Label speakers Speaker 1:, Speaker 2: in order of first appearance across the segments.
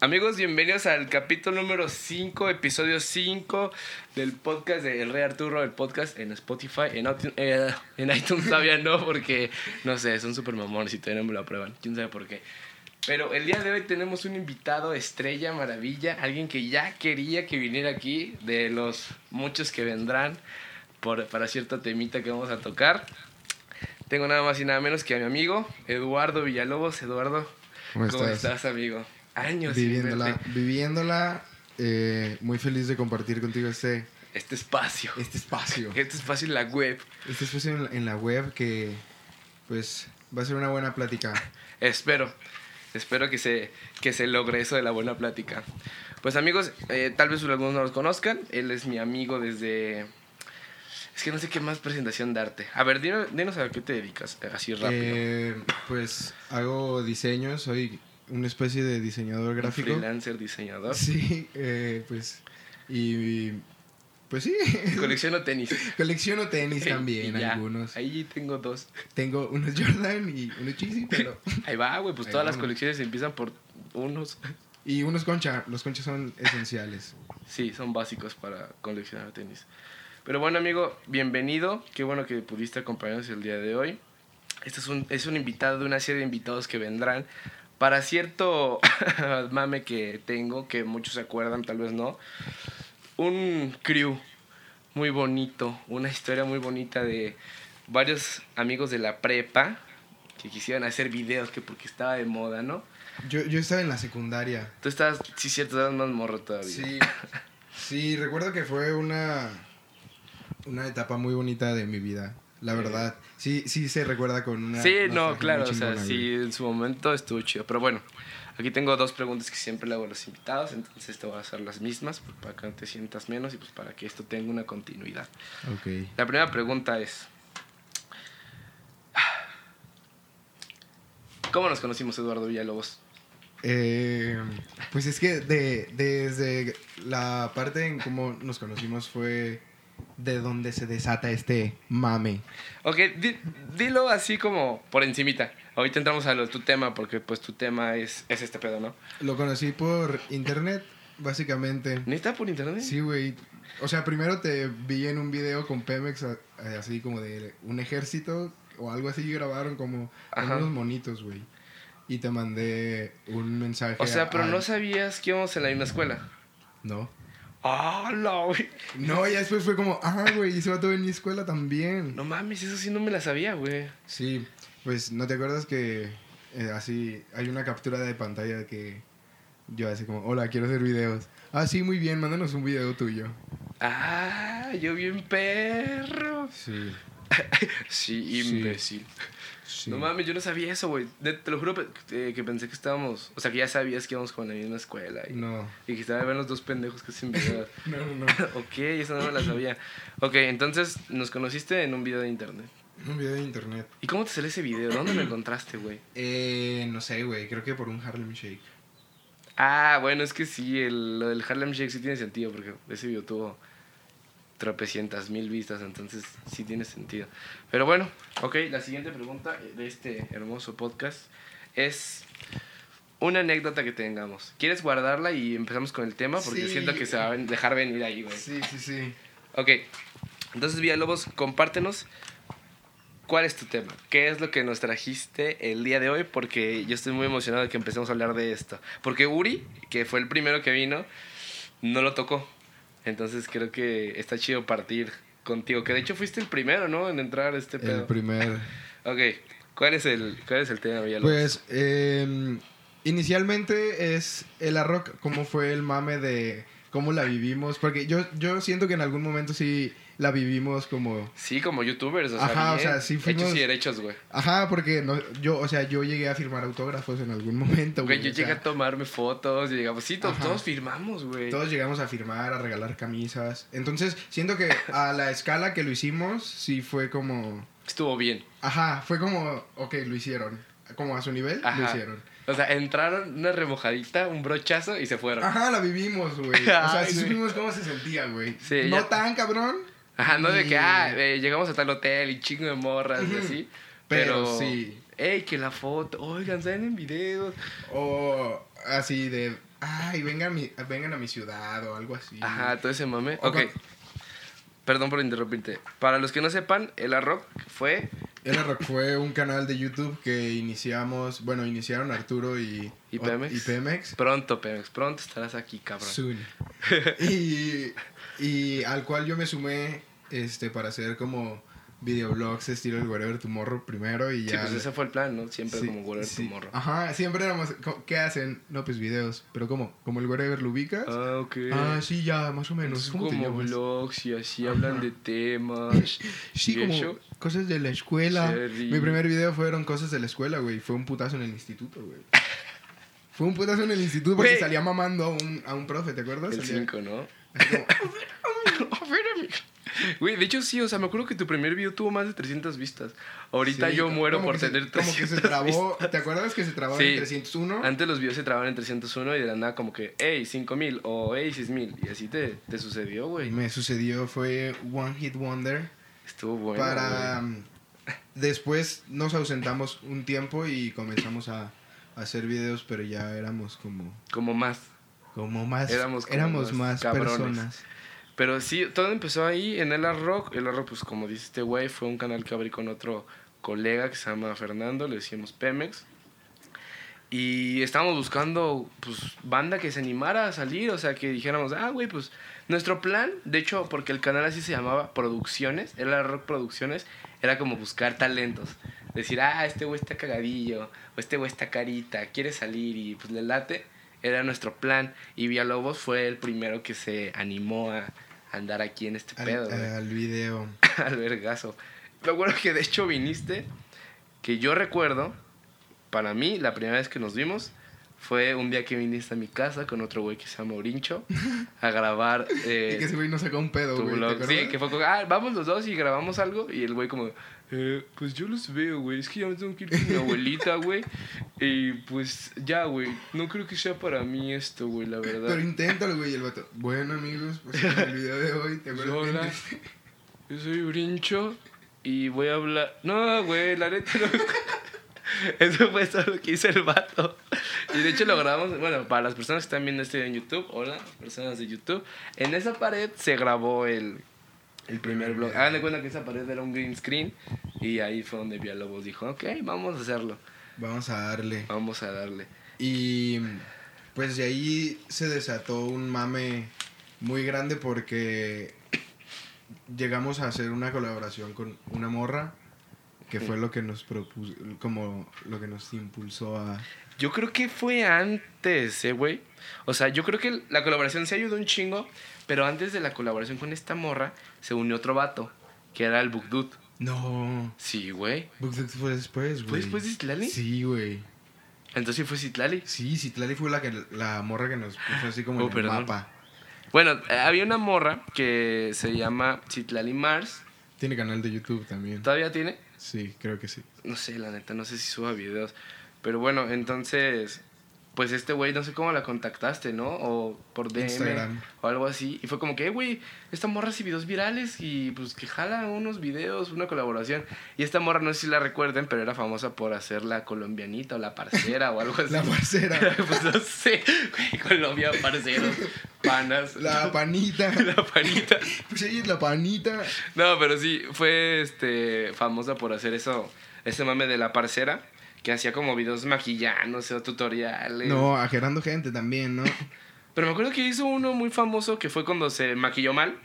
Speaker 1: Amigos, bienvenidos al capítulo número 5, episodio 5 del podcast de El Rey Arturo, el podcast en Spotify, en, iTunes- eh, en iTunes todavía no, porque no sé, son súper mamones y todavía no me lo aprueban, quién sabe por qué. Pero el día de hoy tenemos un invitado estrella, maravilla, alguien que ya quería que viniera aquí, de los muchos que vendrán por, para cierta temita que vamos a tocar. Tengo nada más y nada menos que a mi amigo Eduardo Villalobos. Eduardo,
Speaker 2: ¿Cómo estás?
Speaker 1: amigo? Años sin
Speaker 2: Viviéndola,
Speaker 1: verte.
Speaker 2: viviéndola eh, muy feliz de compartir contigo este,
Speaker 1: Este espacio.
Speaker 2: este espacio.
Speaker 1: Este espacio en la web.
Speaker 2: Este espacio en la, en la web que, pues, va a ser una buena plática.
Speaker 1: Espero. Espero que se, que se logre eso de la buena plática. Pues amigos, eh, tal vez algunos no los conozcan. Él es mi amigo desde... Es que no sé qué más presentación darte. A ver, dino- dinos, a qué te dedicas, eh, así rápido.
Speaker 2: Eh, pues, hago diseño, soy una especie de diseñador
Speaker 1: Un
Speaker 2: gráfico.
Speaker 1: Freelancer, diseñador.
Speaker 2: Sí, eh, pues, y, y, pues sí,
Speaker 1: Colecciono tenis.
Speaker 2: colecciono tenis
Speaker 1: Y
Speaker 2: también,
Speaker 1: ya.
Speaker 2: algunos.
Speaker 1: Ahí tengo dos.
Speaker 2: Tengo unos Jordan y unos Cheesy, pero...
Speaker 1: Ahí va, güey. Pues
Speaker 2: Ahí
Speaker 1: todas
Speaker 2: va
Speaker 1: las
Speaker 2: uno.
Speaker 1: colecciones empiezan por unos.
Speaker 2: Y unos concha, los conchas son esenciales.
Speaker 1: Sí, son básicos para coleccionar tenis. Pero bueno, amigo, bienvenido. Qué bueno que pudiste acompañarnos el día de hoy. Este es un, es un invitado de una serie de invitados que vendrán para cierto mame que tengo, que muchos se acuerdan, tal vez no. Un crew muy bonito, una historia muy bonita de varios amigos de la prepa que quisieran hacer videos que porque estaba de moda, ¿no?
Speaker 2: Yo, yo estaba en la secundaria.
Speaker 1: Tú estás, sí, cierto, estabas más morro todavía.
Speaker 2: Sí, sí, recuerdo que fue una, una etapa muy bonita de mi vida, la
Speaker 1: Sí.
Speaker 2: verdad. Sí, sí se recuerda con una...
Speaker 1: Sí,
Speaker 2: nostalgia
Speaker 1: no,
Speaker 2: muy
Speaker 1: claro, o sea,
Speaker 2: chingona,
Speaker 1: sí, en su momento estuvo chido. Pero bueno, aquí tengo dos preguntas que siempre le hago a los invitados, entonces te voy a hacer las mismas pues, para que no te sientas menos y pues para que esto tenga una continuidad.
Speaker 2: güey. Ok.
Speaker 1: La primera pregunta es... ¿Cómo nos conocimos, Eduardo Villalobos?
Speaker 2: Eh, pues es que de, desde la parte en cómo nos conocimos fue de donde se desata este mame.
Speaker 1: Ok, di- dilo así como por encimita. Ahorita entramos a lo de tu tema, porque pues tu tema es, es este pedo, ¿no?
Speaker 2: Lo conocí por internet, básicamente.
Speaker 1: ¿No está por internet?
Speaker 2: Sí, güey. O sea, primero te vi en un video con Pemex, a- a- así como de un ejército o algo así, y grabaron como
Speaker 1: Ajá.
Speaker 2: unos monitos, güey. Y te mandé un mensaje.
Speaker 1: O sea,
Speaker 2: a-
Speaker 1: pero no
Speaker 2: a-
Speaker 1: sabías que íbamos en la misma escuela.
Speaker 2: No.
Speaker 1: ¡Ah, la güey!
Speaker 2: No, ya después fue como, ah, güey, y se va todo en mi escuela también.
Speaker 1: No mames, eso sí no me la sabía, güey.
Speaker 2: Sí, pues, ¿no te acuerdas que eh, así hay una captura de pantalla que yo así como, hola, quiero hacer videos? Ah, sí, muy bien, mándanos un video tuyo.
Speaker 1: Ah, yo bien perro.
Speaker 2: Sí,
Speaker 1: Sí,
Speaker 2: Sí.
Speaker 1: imbécil.
Speaker 2: sí.
Speaker 1: No mames, yo no sabía eso, güey. Neta, Te lo juro pe- eh, que pensé que estábamos. O sea, que ya sabías que íbamos con la misma escuela. Y,
Speaker 2: No,
Speaker 1: y que estaban los dos pendejos que se enviaban.
Speaker 2: no, no. no.
Speaker 1: ok, eso no me la sabía. Ok, entonces nos conociste en un video de internet.
Speaker 2: Un video de internet.
Speaker 1: ¿Y cómo te sale ese video? ¿Dónde lo encontraste, güey?
Speaker 2: Eh, no sé, güey, creo que por un Harlem Shake.
Speaker 1: Ah, bueno, es que sí, el, lo del Harlem Shake sí tiene sentido, porque ese video tuvo tropecientas mil vistas, entonces sí tiene sentido. Pero bueno, ok, la siguiente pregunta de este hermoso podcast es una anécdota que tengamos. ¿Quieres guardarla y empezamos con el tema? Porque
Speaker 2: Sí.
Speaker 1: siento que se va a ven- dejar venir ahí, güey.
Speaker 2: Sí, sí, sí.
Speaker 1: Ok, entonces Villalobos, compártenos. ¿Cuál es tu tema? ¿Qué es lo que nos trajiste el día de hoy? Porque yo estoy muy emocionado de que empecemos a hablar de esto. Porque Uri, que fue el primero que vino, no lo tocó. Entonces creo que está chido partir contigo. Que de hecho fuiste el primero, ¿no? En entrar a este
Speaker 2: El
Speaker 1: pedo.
Speaker 2: primer.
Speaker 1: ok, ¿cuál es el, cuál es el tema, Villalobos?
Speaker 2: Pues, eh, inicialmente es el arrock, cómo fue el mame de cómo la vivimos. Porque yo, yo siento que en algún momento sí la vivimos como.
Speaker 1: sí, como youtubers, o sea,
Speaker 2: Ajá, o
Speaker 1: bien.
Speaker 2: sea, sí
Speaker 1: Hechos
Speaker 2: fuimos-
Speaker 1: y derechos, güey.
Speaker 2: Ajá, porque no, yo, o sea, yo llegué a firmar autógrafos en algún momento,
Speaker 1: Güey,
Speaker 2: güey.
Speaker 1: yo
Speaker 2: o sea,
Speaker 1: llegué a tomarme fotos, y llegamos, sí, to-
Speaker 2: Ajá.
Speaker 1: todos firmamos, güey.
Speaker 2: Todos llegamos a firmar, a regalar camisas. Entonces, siento que a la escala que lo hicimos, sí fue como.
Speaker 1: Estuvo bien.
Speaker 2: Ajá, fue como, ok, lo hicieron. como a su nivel, lo
Speaker 1: Ajá.
Speaker 2: hicieron.
Speaker 1: O sea, entraron una remojadita, un brochazo y se fueron.
Speaker 2: Ajá, la vivimos, güey. O sea,
Speaker 1: Ay,
Speaker 2: sí
Speaker 1: güey.
Speaker 2: supimos cómo se sentía, güey.
Speaker 1: Sí,
Speaker 2: no
Speaker 1: ya-
Speaker 2: tan cabrón,
Speaker 1: Ajá, no de
Speaker 2: Y-
Speaker 1: que, ah, eh, llegamos a tal hotel y chingo de morras y
Speaker 2: Ujú.
Speaker 1: así.
Speaker 2: pero,
Speaker 1: Pero,
Speaker 2: sí.
Speaker 1: Ey, que la foto. Oigan, salen videos.
Speaker 2: O así de, ay, vengan, a mi- vengan a mi ciudad o algo así.
Speaker 1: Ajá, todo ese mame.
Speaker 2: O
Speaker 1: Ok.
Speaker 2: cuando-
Speaker 1: Perdón por interrumpirte. Para los que no sepan, el Arrock fue
Speaker 2: El Rock fue un canal de YouTube que iniciamos, bueno, iniciaron Arturo y,
Speaker 1: ¿Y Pemex?
Speaker 2: y Pemex.
Speaker 1: pronto, Pemex. Pronto estarás aquí, cabrón.
Speaker 2: Soon. y, y al cual yo me sumé este, para hacer como videoblogs estilo el Wherever Tomorrow primero y
Speaker 1: Sí,
Speaker 2: ya.
Speaker 1: pues ese fue el plan, ¿no? Siempre
Speaker 2: Sí,
Speaker 1: como volver
Speaker 2: sí. Ah,
Speaker 1: tu morro.
Speaker 2: Ajá, siempre éramos, co- ¿qué hacen? No, pues videos, pero ¿cómo? ¿Como el Wherever lo ubicas?
Speaker 1: Ah,
Speaker 2: Ah,
Speaker 1: ok.
Speaker 2: sí, ya, más o menos.
Speaker 1: Es
Speaker 2: ¿Cómo te
Speaker 1: como
Speaker 2: llamas?
Speaker 1: vlogs y así
Speaker 2: Ajá.
Speaker 1: hablan de temas.
Speaker 2: Sí,
Speaker 1: ¿Y
Speaker 2: como
Speaker 1: eso?
Speaker 2: cosas de la escuela.
Speaker 1: Cherry.
Speaker 2: Mi primer video fueron cosas de la escuela, güey. Fue un putazo en el instituto, güey. Fue un putazo en el instituto porque
Speaker 1: Güey.
Speaker 2: salía mamando a un, a un profe, ¿te acuerdas?
Speaker 1: El
Speaker 2: Salía
Speaker 1: 5, ¿no?
Speaker 2: así como,
Speaker 1: Espérame. Güey, de hecho sí, o sea, me acuerdo que tu primer video tuvo más de 300 vistas. Ahorita
Speaker 2: Sí,
Speaker 1: yo
Speaker 2: como
Speaker 1: muero
Speaker 2: que
Speaker 1: por
Speaker 2: se-
Speaker 1: tener
Speaker 2: Como que
Speaker 1: 300
Speaker 2: se trabó, ¿te acuerdas que se trabó
Speaker 1: Sí.
Speaker 2: en 301?
Speaker 1: vistas. Antes los videos se trababan en 301 y de la nada como que, hey, 5000 o hey, 6000. Y así te, te sucedió, güey.
Speaker 2: Me sucedió, fue One Hit Wonder.
Speaker 1: Estuvo bueno.
Speaker 2: para.
Speaker 1: güey.
Speaker 2: um, Después nos ausentamos un tiempo y comenzamos a, a hacer videos, pero ya éramos como.
Speaker 1: Como más.
Speaker 2: Como más.
Speaker 1: Éramos como más
Speaker 2: más,
Speaker 1: cabrones.
Speaker 2: personas.
Speaker 1: Pero sí, todo empezó ahí en el Hard Rock. El Hard Rock, pues como dice este güey, fue un canal que abrí con otro colega que se llama Fernando, le decíamos Pemex. Y estábamos buscando, pues, banda que se animara a salir, o sea, que dijéramos, ah, güey, pues, nuestro plan, de hecho, porque el canal así se llamaba Producciones, el Hard Rock Producciones, era como buscar talentos. Decir, ah, este güey está cagadillo, o este güey está carita, quiere salir y pues le late. Era nuestro plan. Y Villalobos fue el primero que se animó a andar aquí en este
Speaker 2: Al,
Speaker 1: pedo, güey.
Speaker 2: al video.
Speaker 1: Al vergazo. Me acuerdo que de hecho viniste, que yo recuerdo, para mí, la primera vez que nos vimos fue un día que viniste a mi casa con otro güey que se llama Orincho a grabar. eh,
Speaker 2: y que ese güey nos sacó un pedo,
Speaker 1: tu
Speaker 2: güey. ¿te
Speaker 1: vlog.
Speaker 2: acuerdas?
Speaker 1: Sí, que fue como, ah, vamos los dos y grabamos algo. Y el güey como, "Eh, pues yo los veo, güey. Es que ya me tengo que ir con mi abuelita, güey. Y pues ya, güey. No creo que sea para mí esto, güey, la verdad.
Speaker 2: Pero inténtalo, güey. y el vato. Bueno, amigos, pues en el video de hoy, ¿te
Speaker 1: Pues,
Speaker 2: acuerdas?
Speaker 1: hola. Yo soy Brincho y voy a hablar. No, güey, la neta no. Eso fue todo lo que hizo el vato. Y de hecho lo grabamos. Bueno, para las personas que están viendo este video en YouTube, hola, personas de YouTube. En esa pared se grabó el, el primer blog. Hagan de cuenta que esa pared era un green screen. Y ahí fue donde Villalobos dijo: Ok, vamos a hacerlo.
Speaker 2: Vamos a darle.
Speaker 1: Vamos a darle.
Speaker 2: Y pues de ahí se desató un mame muy grande porque llegamos a hacer una colaboración con una morra que fue lo que nos propuso, como lo que nos impulsó a...
Speaker 1: Yo creo que fue antes, eh, güey. O sea, yo creo que la colaboración se ayudó un chingo, pero antes de la colaboración con esta morra, se unió otro vato, que era el Bugdut.
Speaker 2: No,
Speaker 1: Sí, güey.
Speaker 2: Book Dude fue después, güey.
Speaker 1: ¿Fue después de Citlali?
Speaker 2: Sí, güey.
Speaker 1: Entonces fue Citlali.
Speaker 2: Sí, Citlali fue la, que, la morra que nos puso así como
Speaker 1: Oh,
Speaker 2: en el
Speaker 1: perdón.
Speaker 2: mapa.
Speaker 1: Bueno, eh, había una morra que se llama Citlali Mars.
Speaker 2: Tiene canal de YouTube también.
Speaker 1: ¿Todavía tiene?
Speaker 2: Sí, creo que sí.
Speaker 1: No sé, la neta, no sé si suba videos. Pero bueno, entonces, pues este güey, no sé cómo la contactaste, ¿no? O por DM
Speaker 2: Instagram.
Speaker 1: o algo así. Y fue como que, "Eh, güey, esta morra hace videos virales y pues que jala unos videos, una colaboración. Y esta morra, no sé si la recuerden, pero era famosa por hacer la colombianita o la parcera o algo así.
Speaker 2: La parcera,
Speaker 1: pues no sé, güey, Colombia, parceros, panas.
Speaker 2: la panita.
Speaker 1: la panita.
Speaker 2: Pues ella es la panita.
Speaker 1: No, pero sí, fue este, famosa por hacer eso, ese mame de la parcera, que hacía como videos maquillándose o tutoriales.
Speaker 2: No, agerando gente también, ¿no?
Speaker 1: Pero me acuerdo que hizo uno muy famoso que fue cuando se maquilló mal.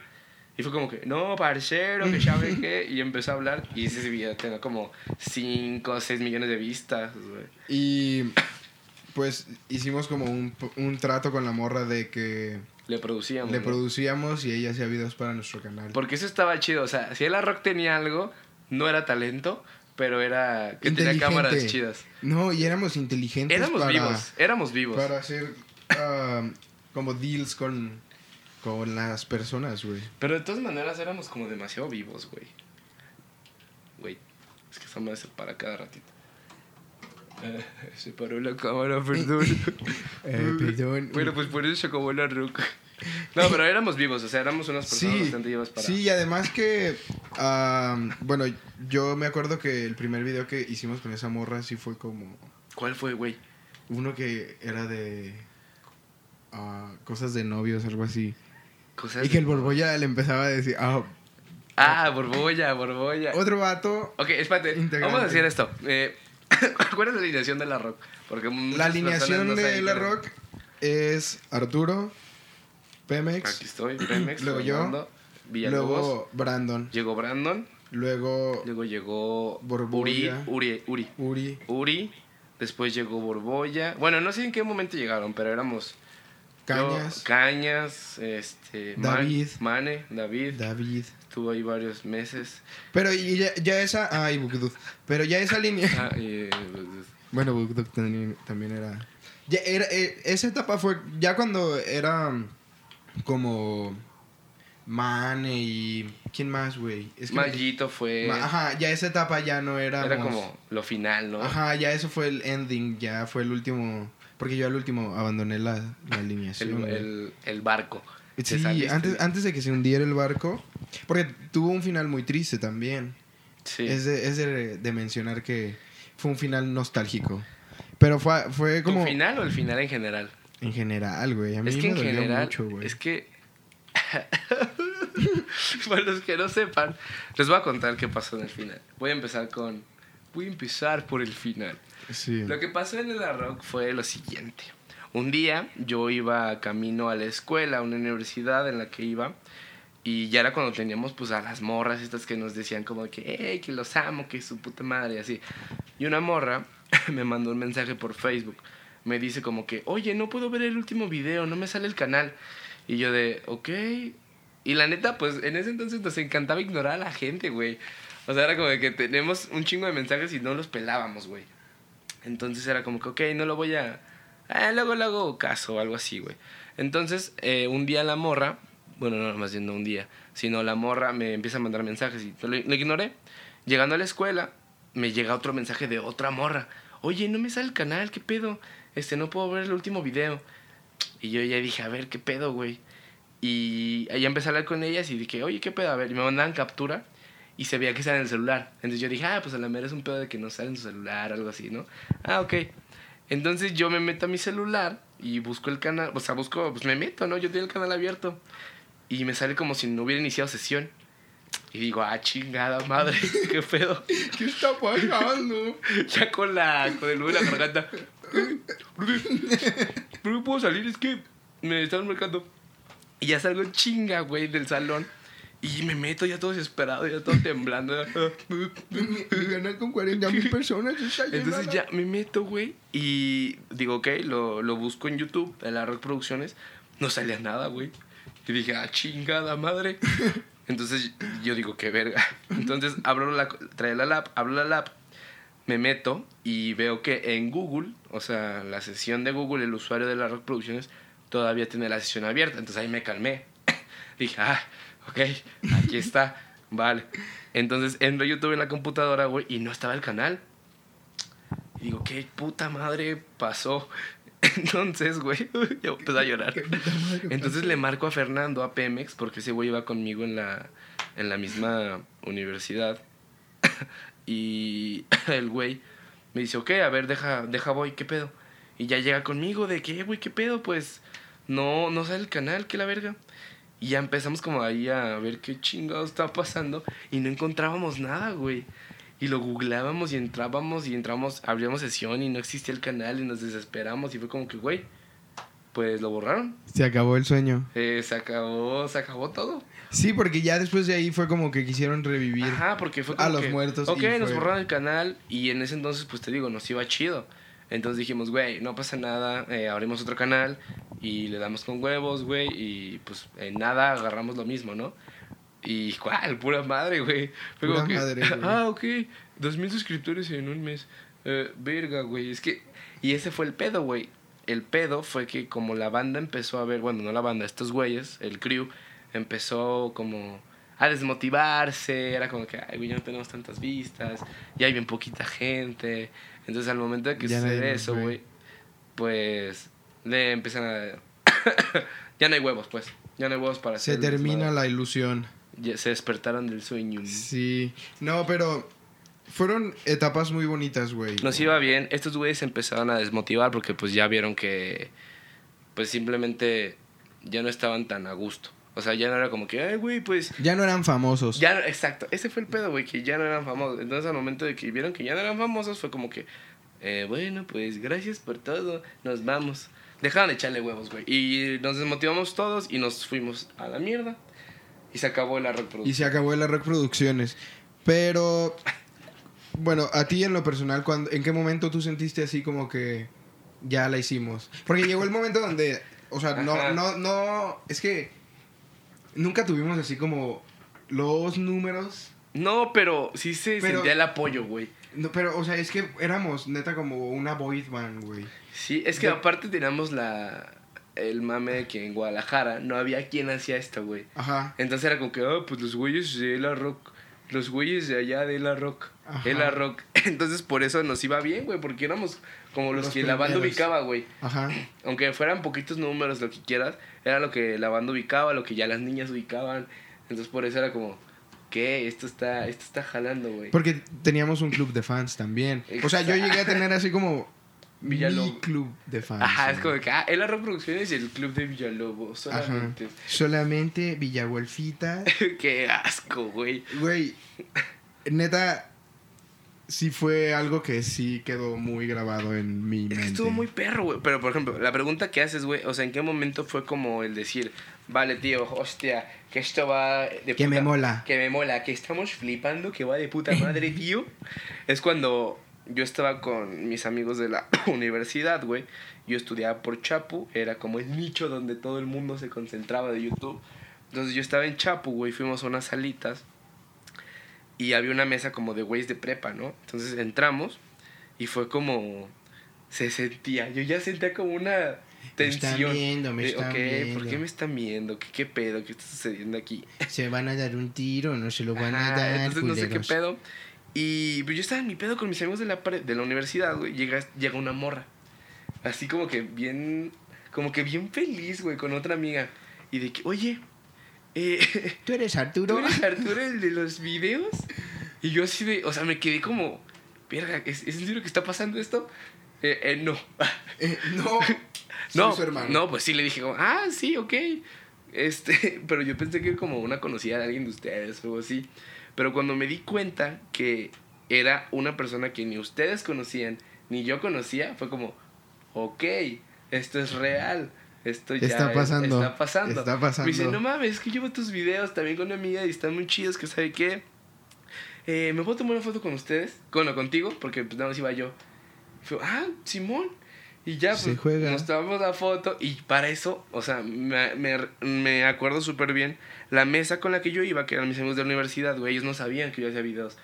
Speaker 1: Y fue como que, no, parcero, que ya ve qué. Y empezó a hablar. Y ese video tenía como 5 o 6 millones de vistas, güey.
Speaker 2: Y pues hicimos como un, un trato con la morra de que
Speaker 1: Le producíamos.
Speaker 2: le
Speaker 1: ¿no?
Speaker 2: producíamos y ella hacía videos para nuestro canal.
Speaker 1: Porque eso estaba chido. O sea, si el rock tenía algo, no era talento, pero era que tenía
Speaker 2: Inteligente.
Speaker 1: cámaras chidas.
Speaker 2: No, y éramos inteligentes
Speaker 1: Éramos
Speaker 2: para,
Speaker 1: vivos, éramos vivos.
Speaker 2: para hacer ah, como deals con, con las personas, güey.
Speaker 1: Pero de todas maneras éramos como demasiado vivos, güey. Güey, es que esa madre se para cada ratito. Se paró la cámara, perdón.
Speaker 3: Eh, perdón.
Speaker 1: Mm. bueno, pues por eso se acabó la ruca. No, pero éramos vivos, o sea, éramos unas personas
Speaker 2: Sí,
Speaker 1: bastante vivas para...
Speaker 2: sí, y además que, am, bueno, yo me acuerdo que el primer video que hicimos con esa morra sí fue como
Speaker 1: ¿Cuál fue, güey?
Speaker 2: uno que era de ah, cosas de novios, algo así.
Speaker 1: Cosas
Speaker 3: Y que
Speaker 1: de-
Speaker 3: el Borbolla le empezaba a decir, ah,
Speaker 1: Ah, borbolla, borbolla.
Speaker 2: Otro vato,
Speaker 1: Ok, espérate.
Speaker 2: Integrante.
Speaker 1: Vamos a decir esto. Eh, ¿Cuál es la alineación de la rock? Porque muchas
Speaker 2: la
Speaker 1: personas
Speaker 2: alineación
Speaker 1: no
Speaker 2: de
Speaker 1: saben
Speaker 2: La
Speaker 1: quién es.
Speaker 2: Rock es Arturo,
Speaker 1: Aquí
Speaker 2: Pemex,
Speaker 1: estoy, Pemex.
Speaker 2: Luego yo.
Speaker 1: Fernando, Villalobos.
Speaker 2: luego Brandon,
Speaker 1: Llegó Brandon.
Speaker 2: luego
Speaker 1: Luego llegó Uri,
Speaker 2: Borbolla.
Speaker 1: Uri, Uri.
Speaker 2: Uri.
Speaker 1: Uri. Después llegó Borbolla. Bueno, no sé en qué momento llegaron, pero éramos. yo,
Speaker 2: Cañas,
Speaker 1: Cañas, este. Man-
Speaker 2: David.
Speaker 1: Mane, David.
Speaker 2: David.
Speaker 1: Estuvo ahí varios meses.
Speaker 2: Pero y ya, ya esa, ay, Bugdud. Pero ya esa línea.
Speaker 1: Ah, y, eh, pues,
Speaker 2: Bueno, Bugdog también, también era... Ya era- eh, Esa etapa fue ya cuando era mm, como Mane y... ¿Quién más, güey? Es que-
Speaker 1: Mallito fue.
Speaker 2: Ma- Ajá, ya esa etapa ya no era...
Speaker 1: Era como lo final, ¿no?
Speaker 2: Ajá, ya eso fue el ending, ya fue el último... Porque yo al último abandoné la, la
Speaker 1: El,
Speaker 2: alineación. güey.
Speaker 1: el- el barco. Te
Speaker 2: sí,
Speaker 1: saliste.
Speaker 2: antes, antes de que se hundiera el barco. Porque tuvo un final muy triste también.
Speaker 1: Sí.
Speaker 2: Es, de, es de, de mencionar que fue un final nostálgico. Pero fue, fue
Speaker 1: ¿Tu
Speaker 2: como...
Speaker 1: final o el final en general?
Speaker 2: En general, güey. A mí
Speaker 1: Es que
Speaker 2: me
Speaker 1: en
Speaker 2: dolió
Speaker 1: general.
Speaker 2: mucho, güey.
Speaker 1: es que. Para los que no sepan, les voy a contar qué pasó en el final. Voy a empezar con. Voy a empezar por el final.
Speaker 2: Sí.
Speaker 1: Lo que pasó en el Arrock fue lo siguiente. Un día yo iba camino a la escuela, a una universidad en la que iba, y ya era cuando teníamos pues a las morras estas que nos decían como que, hey, que los amo, que su puta madre, y así. Y una morra me mandó un mensaje por Facebook. Me dice como que, oye, no puedo ver el último video, no me sale el canal. Y yo de, ok. Y la neta, pues en ese entonces nos encantaba ignorar a la gente, güey. O sea, era como de que tenemos un chingo de mensajes y no los pelábamos, güey. Entonces era como que, ok, no lo voy a... Ah, luego le hago caso o algo así, güey. Entonces, eh, un día la morra, bueno, no, más bien no un día, sino la morra me empieza a mandar mensajes y lo, lo ignoré. Llegando a la escuela, me llega otro mensaje de otra morra. Oye, no me sale el canal, ¿qué pedo? Este, no puedo ver el último video. Y yo ya dije, a ver, ¿qué pedo, güey? Y ahí empecé a hablar con ellas y dije, oye, ¿qué pedo? A ver, y me mandaban captura y se veía que estaba en el celular. Entonces yo dije, ah, pues a la mera es un pedo de que no sale en su celular, algo así, ¿no? Ah, ok. Entonces yo me meto a mi celular y busco el canal, o sea, busco, pues me meto, ¿no? Yo tengo el canal abierto y me sale como si no hubiera iniciado sesión. Y digo, ah, chingada madre, qué pedo.
Speaker 2: ¿Qué está pasando?
Speaker 1: Ya con la con el nudo en la garganta. ¿Por qué? ¿Por qué puedo salir? Es que me están marcando. Y ya salgo en chinga, güey, del salón. Y me meto ya todo desesperado, ya todo temblando.
Speaker 2: Mi mi canal con 40 mil personas está lleno
Speaker 1: Entonces
Speaker 2: a la-
Speaker 1: ya me meto, güey. Y digo, ok, lo, lo busco en YouTube, en la Rock Producciones. No salía nada, güey. Y dije, ah, chingada madre. Entonces yo digo, qué verga. Entonces abro la, trae la lap, abro la lap, me meto y veo que en Google, o sea, la sesión de Google, el usuario de la Rock Producciones, todavía tiene la sesión abierta. Entonces ahí me calmé. Dije, ah, ok, aquí está, vale. Entonces entro a YouTube en la computadora, güey, y no estaba el canal. Y digo, qué puta madre pasó. Entonces, güey, ya empecé a llorar. Entonces le marco a Fernando, a Pemex, porque ese güey iba conmigo en la, en la misma universidad. Y el güey me dice, ok, a ver, deja, deja voy, ¿qué pedo? Y ya llega conmigo de que, "Eh, güey, ¿qué pedo? Pues no, no sale el canal, que la verga. Y ya empezamos como ahí a ver qué chingado estaba pasando y no encontrábamos nada, güey. Y lo googleábamos y entrábamos y entramos, abríamos sesión y no existía el canal y nos desesperamos y fue como que, güey, pues lo borraron.
Speaker 2: Se acabó el sueño.
Speaker 1: Eh, se acabó, se acabó todo.
Speaker 2: Sí, porque ya después de ahí fue como que quisieron revivir.
Speaker 1: Ajá, porque fue
Speaker 2: a
Speaker 1: como
Speaker 2: los
Speaker 1: que,
Speaker 2: muertos
Speaker 1: Ok,
Speaker 2: y
Speaker 1: nos
Speaker 2: fue-
Speaker 1: borraron el canal y en ese entonces, pues te digo, nos iba chido. Entonces dijimos, güey, no pasa nada, eh, abrimos otro canal y le damos con huevos, güey, y pues en nada agarramos lo mismo, ¿no? Y cuál, pura madre, güey. Fue como
Speaker 2: Pura
Speaker 1: que,
Speaker 2: madre, güey.
Speaker 1: Ah, ok, dos mil suscriptores en un mes. Eh, verga, güey, es que... Y ese fue el pedo, güey. El pedo fue que como la banda empezó a ver, bueno, no la banda, estos güeyes, el crew, empezó como a desmotivarse, era como que, ay, güey, ya no tenemos tantas vistas, ya hay bien poquita gente. Entonces, al momento de que
Speaker 4: Ya nadie
Speaker 1: sucede
Speaker 4: nos
Speaker 1: eso,
Speaker 4: ve.
Speaker 1: güey, pues le empiezan a... ya no hay huevos, pues. Ya no hay huevos para
Speaker 2: Se
Speaker 1: hacer el
Speaker 2: termina
Speaker 1: desmadre.
Speaker 2: la ilusión.
Speaker 1: Ya se despertaron del sueño.
Speaker 2: Sí. No, pero fueron etapas muy bonitas, güey.
Speaker 1: Nos iba bien. Estos güeyes se empezaron a desmotivar porque pues ya vieron que pues simplemente ya no estaban tan a gusto. O sea, ya no era como que, ay, güey, pues
Speaker 2: Ya no eran famosos.
Speaker 1: ya no- exacto. Ese fue el pedo, güey, que ya no eran famosos. Entonces, al momento de que vieron que ya no eran famosos, fue como que, eh, bueno, pues gracias por todo, nos vamos. Dejaron de echarle huevos, güey. Y nos desmotivamos todos y nos fuimos a la mierda. Y se acabó la
Speaker 2: Y
Speaker 1: reproducción.
Speaker 2: se acabó las reproducciones. Pero, bueno, a ti en lo personal, cuando, ¿en qué momento tú sentiste así como que ya la hicimos? Porque llegó el momento donde, o sea,
Speaker 1: Ajá.
Speaker 2: no, no, no, es que nunca tuvimos así como los números.
Speaker 1: No, pero sí se
Speaker 2: Pero-
Speaker 1: sentía el apoyo, güey.
Speaker 2: No, pero, o sea, es que éramos neta como una boy band, güey.
Speaker 1: Sí, es que
Speaker 2: De-
Speaker 1: aparte teníamos la el mame de que en Guadalajara no había quien hacía esto, güey.
Speaker 2: Ajá.
Speaker 1: Entonces era como que, ah, pues los güeyes de la rock, los güeyes de allá de la rock,
Speaker 2: Ajá.
Speaker 1: de la rock. Entonces por eso nos iba bien, güey, porque éramos como los,
Speaker 2: Los
Speaker 1: que la banda
Speaker 2: primeros.
Speaker 1: ubicaba, güey.
Speaker 2: Ajá.
Speaker 1: Aunque fueran poquitos números, lo que quieras, era lo que la banda ubicaba, lo que ya las niñas ubicaban. Entonces por eso era como, ¿qué? Esto está, esto está jalando, güey.
Speaker 2: Porque teníamos un club de fans también. O sea, yo llegué a tener así como
Speaker 1: Villalobos.
Speaker 2: mi club de fans.
Speaker 1: Ajá, es
Speaker 2: güey.
Speaker 1: como que, ah, el Rock Producciones y el Club de Villalobos,
Speaker 2: Ajá.
Speaker 1: solamente.
Speaker 2: Solamente Villaguelfita.
Speaker 1: Qué asco, güey.
Speaker 2: Güey, neta, sí fue algo que sí quedó muy grabado en mi
Speaker 1: Es
Speaker 2: mente.
Speaker 1: que estuvo muy perro, güey. Pero, por ejemplo, la pregunta que haces, güey, o sea, ¿en qué momento fue como el decir, vale, tío, hostia, que esto va de
Speaker 2: Que me
Speaker 1: puta-
Speaker 2: mola.
Speaker 1: Que me mola, que estamos flipando, que va de puta madre, tío. Es cuando yo estaba con mis amigos de la universidad, güey. Yo estudiaba por Chapu, era como el nicho donde todo el mundo se concentraba de YouTube. Entonces yo estaba en Chapu, güey, fuimos a unas salitas y había una mesa como de güeyes de prepa, ¿no? Entonces entramos y fue como se sentía, yo ya sentía como una
Speaker 2: Me están
Speaker 1: tensión.
Speaker 2: viendo, me
Speaker 1: de,
Speaker 2: están
Speaker 1: ok, ¿por qué
Speaker 2: viendo".
Speaker 1: me están viendo? ¿Qué, ¿Qué pedo? ¿Qué está sucediendo aquí?
Speaker 2: Se van a dar un tiro, no se lo van a
Speaker 1: Ajá,
Speaker 2: dar.
Speaker 1: entonces no sé qué
Speaker 2: culeros.
Speaker 1: pedo. Y pues yo estaba en mi pedo con mis amigos de la, pre- de la universidad, güey. Llega, llega una morra. Así como que bien. Como que bien feliz, güey, con otra amiga. Y de que, oye, eh,
Speaker 2: ¿Tú eres
Speaker 1: ¿tú
Speaker 2: Arturo?
Speaker 1: eres Arturo el de los videos? Y yo así de. O sea, me quedé como. Verga, ¿es, ¿es en serio que está pasando esto? Eh, eh, no.
Speaker 2: Eh, no.
Speaker 1: No,
Speaker 2: Soy su hermano.
Speaker 1: no, pues sí, le dije como, ah, sí, ok. Este, pero yo pensé que era como una conocida de alguien de ustedes o algo así. Pero cuando me di cuenta que era una persona que ni ustedes conocían, ni yo conocía, fue como, ok, esto es real. Esto ya
Speaker 2: Está
Speaker 1: es-
Speaker 2: pasando.
Speaker 1: está pasando.
Speaker 2: Está pasando.
Speaker 1: Me dice, no mames, es que llevo tus videos también con una amiga y están muy chidos, que sabe qué. Eh, ¿Me puedo tomar una foto con ustedes? Bueno, contigo, porque pues, nada más iba yo. Fue, ah, Simón. Y ya,
Speaker 2: Se
Speaker 1: pues,
Speaker 2: juega.
Speaker 1: nos tomamos la foto y para eso, o sea, me, me, me acuerdo súper bien la mesa con la que yo iba, que eran mis amigos de la universidad, güey, ellos no sabían que yo hacía videos.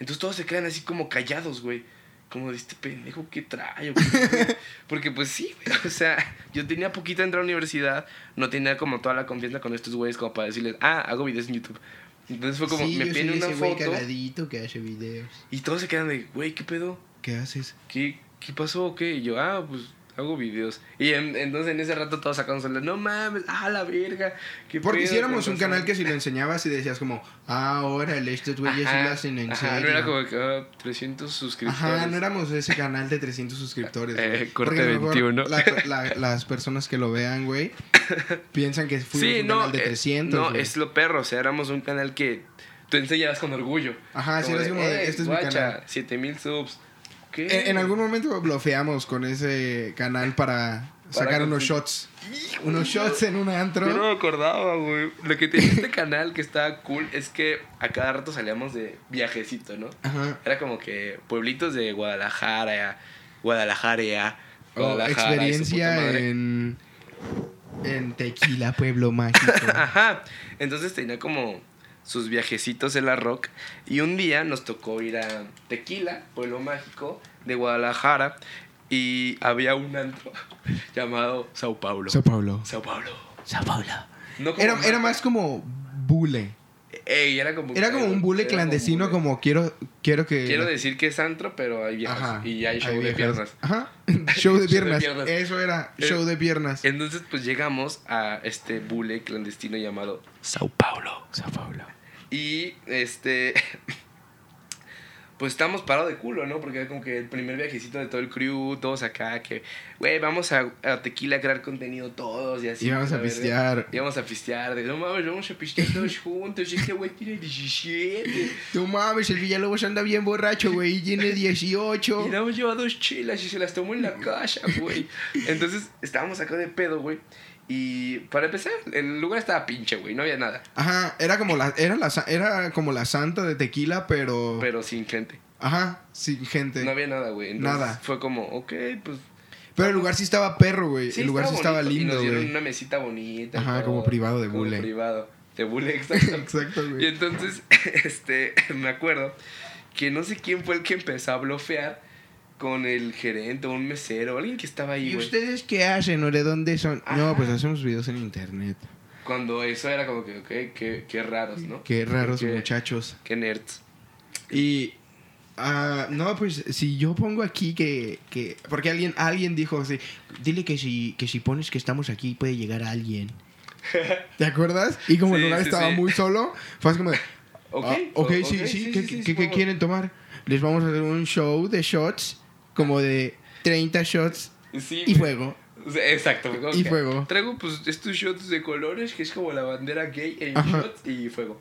Speaker 1: Entonces todos se quedan así como callados, güey. Como de este pendejo que trae. o qué pedo?" Porque pues sí, güey. O sea, yo tenía poquito de entrar a la universidad. No tenía como toda la confianza con estos güeyes como para decirles, ah, hago videos en YouTube. Entonces fue como,
Speaker 2: Sí,
Speaker 1: me
Speaker 2: yo
Speaker 1: piden
Speaker 2: soy
Speaker 1: una
Speaker 2: ese güey
Speaker 1: foto.
Speaker 2: cagadito que hace videos.
Speaker 1: Y todos se quedan de, güey, ¿qué pedo?
Speaker 2: ¿Qué haces?
Speaker 1: ¿Qué, qué pasó o qué? Y yo, ah, pues hago videos. Y en- entonces en ese rato todos sacamos el, no mames, ah, la verga. ¿qué
Speaker 2: Porque
Speaker 1: pedo?
Speaker 2: hiciéramos
Speaker 1: Con
Speaker 2: un
Speaker 1: razón".
Speaker 2: canal que si lo enseñabas y decías como, ah, órale, estos güeyes sí lo hacen en
Speaker 1: ajá,
Speaker 2: serio.
Speaker 1: no era como que ah, 300 suscriptores.
Speaker 2: Ajá, no éramos ese canal de 300 suscriptores.
Speaker 1: Eh,
Speaker 2: güey.
Speaker 1: eh, corte
Speaker 2: Porque a lo mejor
Speaker 1: 21.
Speaker 2: la- la- las personas que lo vean, güey, piensan que fuimos
Speaker 1: Sí,
Speaker 2: un
Speaker 1: no,
Speaker 2: canal de
Speaker 1: eh,
Speaker 2: 300.
Speaker 1: no,
Speaker 2: güey.
Speaker 1: es lo perro, o sea, éramos un canal que tú enseñabas con orgullo.
Speaker 2: Ajá, sí, eras como de,
Speaker 1: "Ey,
Speaker 2: este es mi canal".
Speaker 1: 7000 subs. ¿Qué?
Speaker 2: En, en algún momento blofeamos con ese canal para, sacar unos
Speaker 1: conseguir-
Speaker 2: shots. Unos shots en un antro.
Speaker 1: Yo no me acordaba, güey. Lo que tenía este canal que estaba cool es que a cada rato salíamos de viajecito, ¿no?
Speaker 2: Ajá.
Speaker 1: Era como que pueblitos de Guadalajara, Guadalajara, Guadalajara. y su
Speaker 2: O
Speaker 1: puta
Speaker 2: Oh, experiencia
Speaker 1: madre.
Speaker 2: en, en Tequila, Pueblo Mágico.
Speaker 1: Ajá. Entonces tenía como sus viajecitos en la rock. Y un día nos tocó ir a Tequila, Pueblo Mágico, de Guadalajara. Y había un antro llamado Sao Paulo.
Speaker 2: Sao Paulo.
Speaker 1: Sao Paulo.
Speaker 4: Sao Paulo.
Speaker 1: No como
Speaker 2: Era,
Speaker 1: marca.
Speaker 2: era más como bule.
Speaker 1: Ey, era como,
Speaker 2: Era como un bully
Speaker 1: era
Speaker 2: clandestino,
Speaker 1: bully.
Speaker 2: como quiero, quiero que.
Speaker 1: Quiero decir que es antro, pero hay viejas. Y hay show de
Speaker 2: viejas.
Speaker 1: piernas.
Speaker 2: Ajá. Show de piernas.
Speaker 1: piernas.
Speaker 2: Eso era,
Speaker 1: Eh,
Speaker 2: show de piernas.
Speaker 1: Entonces, pues llegamos a este bule clandestino llamado
Speaker 5: Sao Paulo. Sao Paulo.
Speaker 1: Y este. Pues estamos parados de culo, ¿no? Porque era como que el primer viajecito de todo el crew, todos acá, que, güey, vamos a, a tequila a crear contenido todos y así.
Speaker 2: Íbamos a
Speaker 1: la verga.
Speaker 2: pistear.
Speaker 1: Íbamos a pistear, de, no mames, vamos a pistear todos juntos, este güey tiene 17.
Speaker 2: Tú mames, el Villalobos anda bien borracho, güey. y Tiene 18.
Speaker 1: Y no, lleva dos chelas y se las tomó en la calle, güey. Entonces estábamos acá de pedo, güey. Y para empezar, el lugar estaba pinche, güey, no había nada,
Speaker 2: Ajá, era como la, era la sa- era como la santa de tequila, pero.
Speaker 1: pero sin gente.
Speaker 2: ajá, sin gente.
Speaker 1: No había nada, güey. Entonces,
Speaker 2: Nada.
Speaker 1: Fue como, ok, pues
Speaker 2: pero el lugar sí estaba perro, güey.
Speaker 1: Sí,
Speaker 2: el lugar sí estaba
Speaker 1: bonito,
Speaker 2: lindo,
Speaker 1: Y nos dieron
Speaker 2: güey.
Speaker 1: una mesita bonita. y
Speaker 2: Ajá,
Speaker 1: todo,
Speaker 2: como privado de
Speaker 1: como
Speaker 2: bule.
Speaker 1: privado. De bule, exacto.
Speaker 2: Exacto,
Speaker 1: y
Speaker 2: güey.
Speaker 1: entonces, este, me acuerdo que no sé quién fue el que empezó a blofear con el gerente o un mesero, alguien que estaba ahí,
Speaker 2: ¿Y
Speaker 1: güey.
Speaker 2: ustedes qué hacen o de dónde son? No,
Speaker 1: Ajá.
Speaker 2: pues hacemos videos en internet.
Speaker 1: Cuando eso era como que, ok, qué, qué raros, ¿no?
Speaker 2: Qué raros
Speaker 1: Qué-
Speaker 2: muchachos.
Speaker 1: Qué nerds.
Speaker 2: Y. ah, no, pues si yo pongo aquí que. que porque alguien, alguien dijo así. Dile que si, que si pones que estamos aquí puede llegar alguien. ¿Te acuerdas? Y como el
Speaker 1: Sí,
Speaker 2: lugar
Speaker 1: sí,
Speaker 2: estaba
Speaker 1: sí.
Speaker 2: muy solo, fue así como de.
Speaker 1: Ok,
Speaker 2: Ah,
Speaker 1: o-
Speaker 2: ok, sí, sí. ¿Qué, qué- qué
Speaker 1: podemos-
Speaker 2: quieren tomar? Les vamos a hacer un show de shots, como de 30 shots
Speaker 1: Sí,
Speaker 2: y
Speaker 1: güey.
Speaker 2: fuego.
Speaker 1: O sea, Exacto. fue como
Speaker 2: Y
Speaker 1: que
Speaker 2: fuego.
Speaker 1: Traigo, pues, estos shots de colores, que es como la bandera gay en
Speaker 2: Ajá.
Speaker 1: shots y fuego.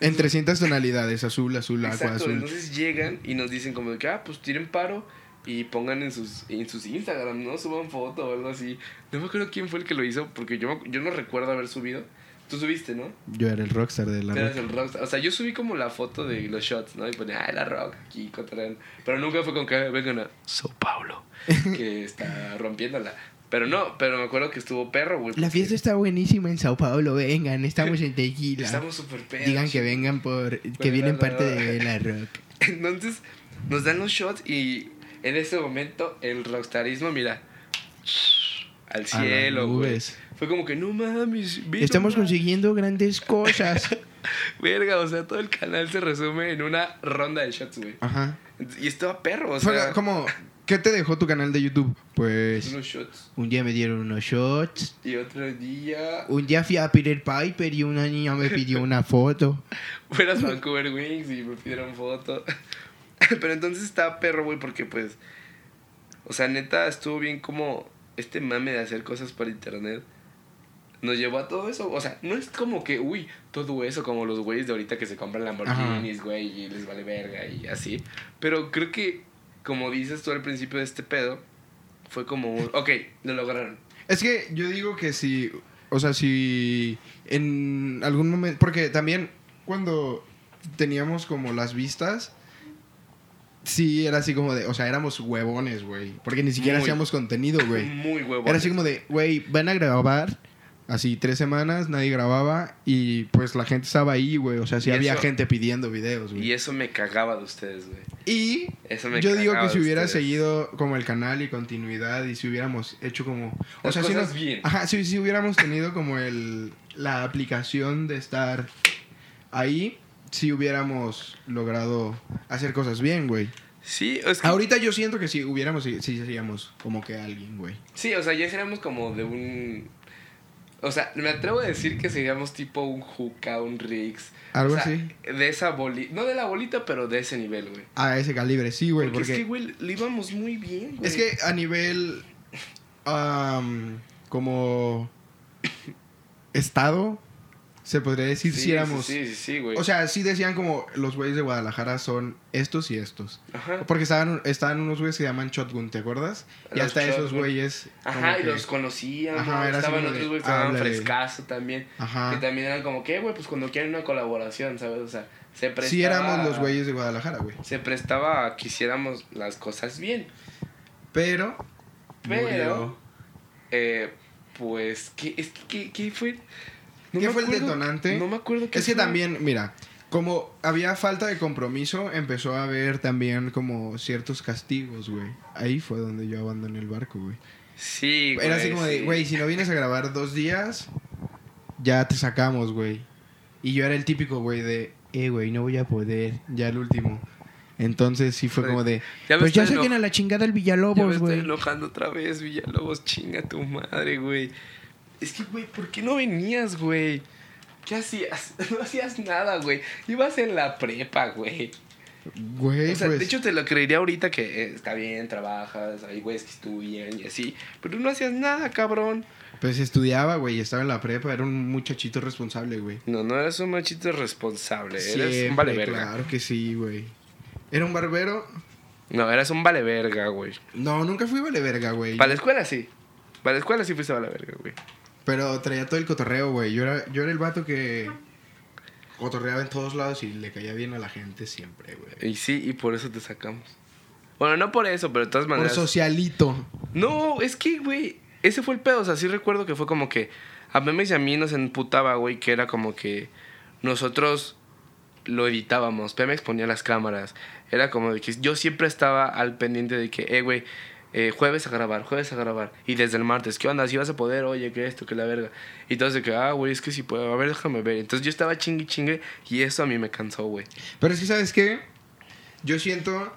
Speaker 2: En 300 tonalidades: azul, azul, agua,
Speaker 1: Exacto,
Speaker 2: azul.
Speaker 1: entonces llegan y nos dicen como de que, ah, pues tiren paro y pongan en sus, en sus Instagram, ¿no? Suban foto o algo así. No me acuerdo quién fue el que lo hizo porque yo, me- yo no recuerdo haber subido. Tú subiste, ¿no?
Speaker 2: Yo era el rockstar de la
Speaker 1: Tú eras
Speaker 2: rock.
Speaker 1: el rockstar. O sea, yo subí como la foto de los shots, ¿no? Y ponía, ah, la rock aquí, cotorrean. Pero nunca fue con que vengan a
Speaker 5: Sao Paulo.
Speaker 1: que está rompiéndola. Pero no, pero me acuerdo que estuvo perro, güey.
Speaker 2: La
Speaker 1: porque
Speaker 2: fiesta está buenísima en Sao Paulo. Vengan, estamos en tequila.
Speaker 1: Estamos súper perros.
Speaker 2: Digan que vengan por. que
Speaker 1: Pero
Speaker 2: vienen
Speaker 1: no.
Speaker 2: parte de la rock.
Speaker 1: Entonces nos dan los shots y en ese momento el rockstarismo, mira, al
Speaker 2: A las
Speaker 1: cielo, güey.
Speaker 2: nubes.
Speaker 1: Fue como que no mames, mira,
Speaker 2: Estamos
Speaker 1: ma-
Speaker 2: consiguiendo grandes cosas.
Speaker 1: Verga, o sea, todo el canal se resume en una ronda de shots, güey.
Speaker 2: Ajá.
Speaker 1: Y estaba perro, o
Speaker 2: Fue
Speaker 1: sea,
Speaker 2: como. ¿Qué te dejó tu canal de YouTube? Pues.
Speaker 1: unos shots.
Speaker 2: Un día me dieron unos shots.
Speaker 1: Y otro día,
Speaker 2: Un día fui a Peter Piper y una niña me pidió una foto.
Speaker 1: fueras Vancouver Wings y me pidieron foto. Pero entonces estaba perro, güey, porque pues, o sea, neta, estuvo bien como este mame de hacer cosas por internet. Nos llevó a todo eso. O sea, no es como que, uy, todo eso, como los güeyes de ahorita que se compran Lamborghinis, güey, y les vale verga y así. Pero creo que, como dices tú al principio de este pedo, fue como un, ok, lo lograron.
Speaker 2: Es que yo digo que si. O sea, si. En algún momento. Porque también cuando teníamos como las vistas. Sí, era así como de. O sea, éramos huevones, güey. Porque ni siquiera
Speaker 1: Muy.
Speaker 2: hacíamos contenido, güey.
Speaker 1: Muy huevo.
Speaker 2: Era así como de, güey, van a grabar. Así tres semanas, nadie grababa y pues la gente estaba ahí, güey. O sea, sí
Speaker 1: Y
Speaker 2: había
Speaker 1: eso-
Speaker 2: gente pidiendo videos,
Speaker 1: Y
Speaker 2: güey.
Speaker 1: eso me cagaba de ustedes, güey.
Speaker 2: Y
Speaker 1: Eso me
Speaker 2: yo digo
Speaker 1: cagaba
Speaker 2: que si
Speaker 1: de
Speaker 2: hubiera
Speaker 1: ustedes.
Speaker 2: seguido como el canal y continuidad y si hubiéramos hecho como... O
Speaker 1: Las
Speaker 2: sea, si,
Speaker 1: cosas
Speaker 2: nos-
Speaker 1: bien.
Speaker 2: Ajá, si, si hubiéramos tenido como el, la aplicación de estar ahí, si hubiéramos logrado hacer cosas bien, güey.
Speaker 1: Sí, es que
Speaker 2: Ahorita yo siento que si hubiéramos, sí, sí seríamos como que alguien, güey.
Speaker 1: Sí, o sea, ya seríamos como de un. O sea, me atrevo a decir que seríamos tipo un Juca, un Riggs.
Speaker 2: Algo
Speaker 1: o sea,
Speaker 2: así.
Speaker 1: De esa bolita. No de la bolita, pero de ese nivel, güey.
Speaker 2: A ese calibre, sí, güey.
Speaker 1: porque,
Speaker 2: porque
Speaker 1: es que, güey, le íbamos muy bien, güey.
Speaker 2: Es que a nivel. am, como. Estado. Se podría decir
Speaker 1: sí,
Speaker 2: si éramos.
Speaker 1: Sí, sí, sí, güey.
Speaker 2: O sea, sí decían como los güeyes de Guadalajara son estos y estos.
Speaker 1: Ajá.
Speaker 2: Porque estaban, estaban unos güeyes que se llaman Shotgun, ¿te acuerdas? Y
Speaker 1: Los
Speaker 2: hasta esos
Speaker 1: Shotgun.
Speaker 2: güeyes.
Speaker 1: Ajá,
Speaker 2: como
Speaker 1: y
Speaker 2: que-
Speaker 1: los conocíamos.
Speaker 2: Ajá, era así
Speaker 1: Estaban
Speaker 2: como
Speaker 1: otros,
Speaker 2: de,
Speaker 1: güey, que se llamaban
Speaker 2: háblale.
Speaker 1: Frescazo también. Que
Speaker 2: Ajá.
Speaker 1: también eran como, ¿qué, güey? Pues cuando quieren una colaboración, ¿sabes? O sea, se prestaba.
Speaker 2: Sí éramos los güeyes de Guadalajara, güey.
Speaker 1: Se prestaba a que hiciéramos las cosas bien.
Speaker 2: Pero.
Speaker 1: Pero-
Speaker 2: murió.
Speaker 1: Eh, pues, ¿qué, es que, qué, qué fue?
Speaker 2: ¿Qué
Speaker 1: me
Speaker 2: fue el detonante?
Speaker 1: No me acuerdo qué
Speaker 2: Es que
Speaker 1: fue.
Speaker 2: también, mira, como había falta de compromiso, empezó a haber también como ciertos castigos, güey. Ahí fue donde yo abandoné el barco, güey.
Speaker 1: Sí,
Speaker 2: Era así como de,
Speaker 1: sí.
Speaker 2: güey, si no vienes a grabar dos días, ya te sacamos, güey. Y yo era el típico, güey, de, eh, güey, no voy a poder, ya el último. Entonces sí fue
Speaker 1: Güey,
Speaker 2: como de,
Speaker 1: ya me
Speaker 2: pues ya
Speaker 1: estoy
Speaker 2: saquen
Speaker 1: eno-
Speaker 2: a la chingada el
Speaker 1: Ya me
Speaker 2: Villalobos,
Speaker 1: estoy
Speaker 2: güey.
Speaker 1: enojando otra vez, Villalobos, chinga tu madre, güey. Es que, güey, ¿por qué no venías, güey? ¿Qué hacías? No hacías nada, güey. Ibas en la prepa, güey.
Speaker 2: Güey,
Speaker 1: O sea,
Speaker 2: pues,
Speaker 1: de hecho te lo creería ahorita que eh, está bien, trabajas, hay güeyes que estudian y así, pero no hacías nada, cabrón.
Speaker 2: pues estudiaba, güey, estaba en la prepa, era un muchachito responsable, güey.
Speaker 1: No, no eres un machito responsable, eres
Speaker 2: Siempre,
Speaker 1: un vale verga.
Speaker 2: Claro que sí, güey. Era un barbero.
Speaker 1: No, eras un vale verga, güey.
Speaker 2: No, nunca fui vale verga, güey.
Speaker 1: Para la escuela sí. Para la escuela sí fuiste vale verga, güey.
Speaker 2: Pero traía todo el cotorreo, güey. Yo era, yo era el vato que cotorreaba en todos lados y le caía bien a la gente siempre, güey.
Speaker 1: Y sí, y por eso te sacamos. Bueno, no por eso, pero de todas
Speaker 2: Por
Speaker 1: maneras.
Speaker 2: socialito.
Speaker 1: No, es que, güey, ese fue el pedo. O sea, sí recuerdo que fue como que a memes y a mí nos emputaba, güey, que era como que nosotros lo editábamos. Pemex ponía las cámaras. Era como de que yo siempre estaba al pendiente de que, eh, güey, eh, jueves a grabar, jueves a grabar. Y desde el martes, ¿qué onda? Si vas a poder, oye, que esto, que la verga. Y entonces de que, ah, güey, es que si puedo, a ver, déjame ver. Entonces yo estaba chingue chingue y eso a mí me cansó, güey.
Speaker 2: Pero es que, ¿sabes qué? Yo siento.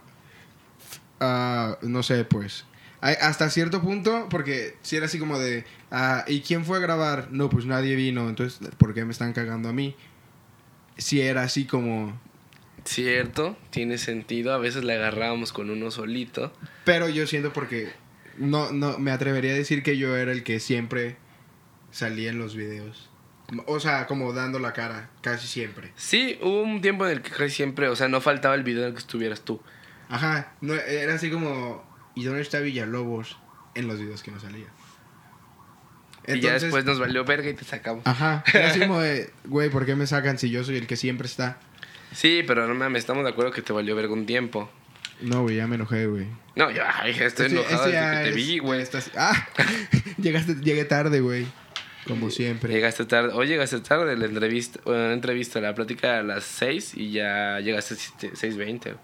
Speaker 2: ah, no sé, pues. hay- Hasta cierto punto, porque si era así como de. ah, ¿Y quién fue a grabar? No, pues nadie vino, entonces, ¿por qué me están cagando a mí? Si era así como.
Speaker 1: Cierto, tiene sentido. A veces le agarrábamos con uno solito.
Speaker 2: Pero yo siento porque. No, no, me atrevería a decir que yo era el que siempre salía en los videos. O sea, como dando la cara, casi siempre.
Speaker 1: Sí, hubo un tiempo en el que casi siempre, o sea, no faltaba el video en el que estuvieras tú.
Speaker 2: Ajá, no, era así como, ¿y dónde está Villalobos? En los videos que no salía.
Speaker 1: y ya después nos valió verga y te sacamos.
Speaker 2: Ajá, era así como de, güey, ¿por qué me sacan si yo soy el que siempre está?
Speaker 1: Sí, pero no mames, estamos de acuerdo que te valió verga un tiempo.
Speaker 2: No, güey, ya me enojé, güey.
Speaker 1: No, yo ay, estoy
Speaker 2: Este-
Speaker 1: enojado
Speaker 2: este
Speaker 1: desde
Speaker 2: ya
Speaker 1: que te
Speaker 2: es-
Speaker 1: vi, güey.
Speaker 2: estás- Ah, llegaste, llegué tarde, güey.
Speaker 1: Eh,
Speaker 2: Como siempre.
Speaker 1: Llegaste tarde, hoy llegaste tarde a la entrevista, bueno, no entrevista, la plática a las 6 y ya llegaste a 7 6.20.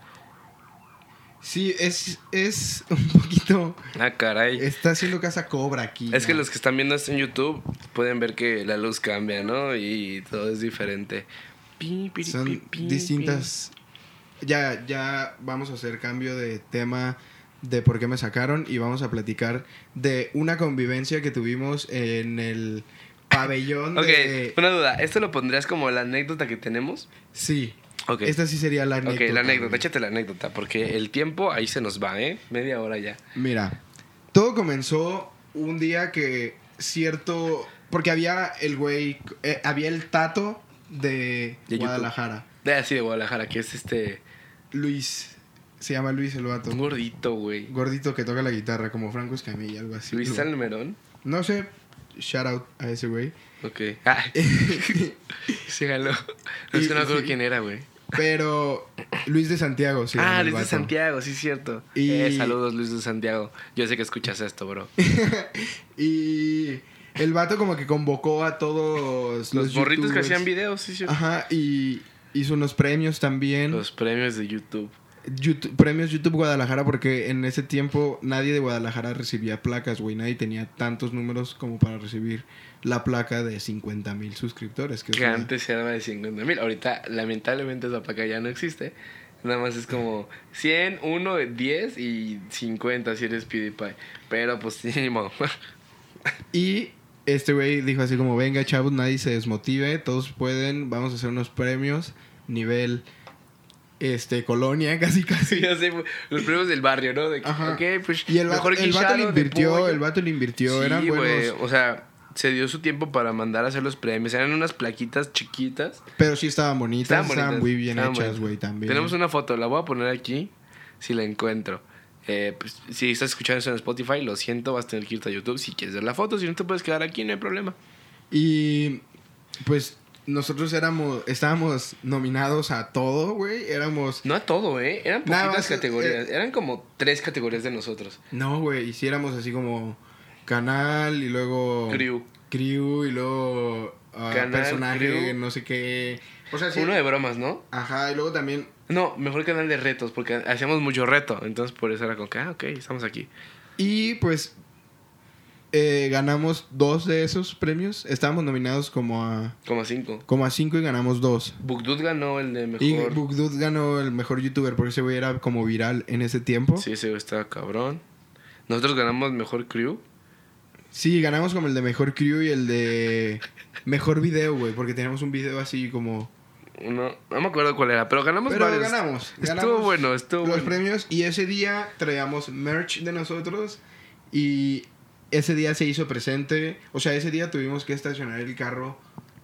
Speaker 2: Sí, es, es un poquito...
Speaker 1: Ah, caray.
Speaker 2: Está haciendo casa cobra aquí.
Speaker 1: Es que
Speaker 2: ya.
Speaker 1: los que están viendo esto en YouTube pueden ver que la luz cambia, ¿no? Y todo es diferente. Pi, piri, pi,
Speaker 2: Son
Speaker 1: pi, pi.
Speaker 2: distintas. Ya, ya vamos a hacer cambio de tema de por qué me sacaron y vamos a platicar de una convivencia que tuvimos en el pabellón
Speaker 1: Ok,
Speaker 2: de...
Speaker 1: una duda, ¿esto lo pondrías como la anécdota que tenemos?
Speaker 2: Sí.
Speaker 1: Ok.
Speaker 2: Esta sí sería la anécdota.
Speaker 1: Ok, la anécdota,
Speaker 2: güey.
Speaker 1: échate la anécdota, porque el tiempo ahí se nos va, ¿eh? Media hora ya.
Speaker 2: Mira, todo comenzó un día que cierto... Porque había el güey... eh, había el tato de,
Speaker 1: De YouTube.
Speaker 2: Guadalajara.
Speaker 1: De así de Guadalajara, que es este.
Speaker 2: Luis. Se llama Luis el vato.
Speaker 1: Un gordito, güey.
Speaker 2: gordito que toca la guitarra, como Franco Escamilla, algo así.
Speaker 1: Luis
Speaker 2: güey.
Speaker 1: Salmerón.
Speaker 2: No sé, shout out a ese güey.
Speaker 1: Ok. Ah, se ganó. No, es que no me acuerdo
Speaker 2: Sí.
Speaker 1: quién era, güey.
Speaker 2: Pero Luis de Santiago, sí.
Speaker 1: ah, Luis de Santiago, sí, es cierto.
Speaker 2: Y-
Speaker 1: Eh, saludos, Luis de Santiago. Yo sé que escuchas esto, bro.
Speaker 2: Y el vato como que convocó a todos
Speaker 1: Los, borritos que
Speaker 2: youtubers.
Speaker 1: hacían videos, sí, sí.
Speaker 2: Ajá, y hizo unos premios también.
Speaker 1: Los premios de YouTube.
Speaker 2: YouTube- premios YouTube Guadalajara, porque en ese tiempo nadie de Guadalajara recibía placas, güey. Nadie tenía tantos números como para recibir la placa de 50 mil suscriptores. Que es
Speaker 1: Que
Speaker 2: una-
Speaker 1: antes era de 50 mil. Ahorita, lamentablemente, esa placa ya no existe. Nada más es como 100, 1, 10 y 50 si eres PewDiePie. Pero pues sí, ni modo.
Speaker 2: Y este güey dijo así como, venga chavos, nadie se desmotive, todos pueden, vamos a hacer unos premios, nivel, este, colonia, casi casi.
Speaker 1: Ya sé, los premios del barrio, ¿no? De que,
Speaker 2: Ajá.
Speaker 1: ok, pues
Speaker 2: Y el, va-
Speaker 1: mejor
Speaker 2: el vato
Speaker 1: guisado
Speaker 2: le
Speaker 1: de
Speaker 2: invirtió,
Speaker 1: pollo.
Speaker 2: el vato le invirtió,
Speaker 1: Sí,
Speaker 2: eran
Speaker 1: güey,
Speaker 2: buenos,
Speaker 1: O sea, se dio su tiempo para mandar a hacer los premios. Eran unas plaquitas chiquitas.
Speaker 2: pero sí estaban bonitas,
Speaker 1: Estaban
Speaker 2: estaban,
Speaker 1: bonitas,
Speaker 2: muy bien
Speaker 1: estaban
Speaker 2: hechas,
Speaker 1: bonitas.
Speaker 2: güey, también.
Speaker 1: Tenemos una foto, la voy a poner aquí si la encuentro. Eh, pues, si estás escuchando eso en Spotify, lo siento, vas a tener que irte a YouTube si quieres ver la foto. Si no te puedes quedar aquí, no hay problema.
Speaker 2: Y pues nosotros éramos, estábamos nominados a todo, güey, éramos...
Speaker 1: No a todo, ¿eh? Eran
Speaker 2: Nada
Speaker 1: poquitas
Speaker 2: más, eh,
Speaker 1: categorías. Eran como tres categorías de nosotros.
Speaker 2: No, güey, hiciéramos así como canal y luego...
Speaker 1: Crew.
Speaker 2: Crew y luego ah,
Speaker 1: Canal,
Speaker 2: personaje,
Speaker 1: crew.
Speaker 2: no sé qué. O sea, sí.
Speaker 1: Uno de bromas, ¿no?
Speaker 2: Ajá, y luego también.
Speaker 1: No, mejor canal de retos, porque hacíamos mucho reto. Entonces, por eso era como que, ah, ok, estamos aquí.
Speaker 2: Y pues eh, ganamos dos de esos premios. Estábamos nominados como a,
Speaker 1: Como cinco.
Speaker 2: como a cinco y ganamos dos.
Speaker 1: Bugdud ganó el de
Speaker 2: Y
Speaker 1: mejor.
Speaker 2: Bugdud ganó el mejor youtuber porque ese güey era como viral en ese tiempo. Sí.
Speaker 1: Sí, ese güey estaba cabrón. Nosotros ganamos mejor crew.
Speaker 2: ganamos como el de mejor crew y el de mejor video, güey, porque teníamos un video así como...
Speaker 1: No, no me acuerdo cuál era, pero ganamos
Speaker 2: Pero
Speaker 1: varios.
Speaker 2: ganamos,
Speaker 1: Estuvo
Speaker 2: ganamos
Speaker 1: bueno, estuvo
Speaker 2: los
Speaker 1: bueno.
Speaker 2: premios y ese día traíamos merch de nosotros y ese día se hizo presente. O sea, ese día tuvimos que estacionar el carro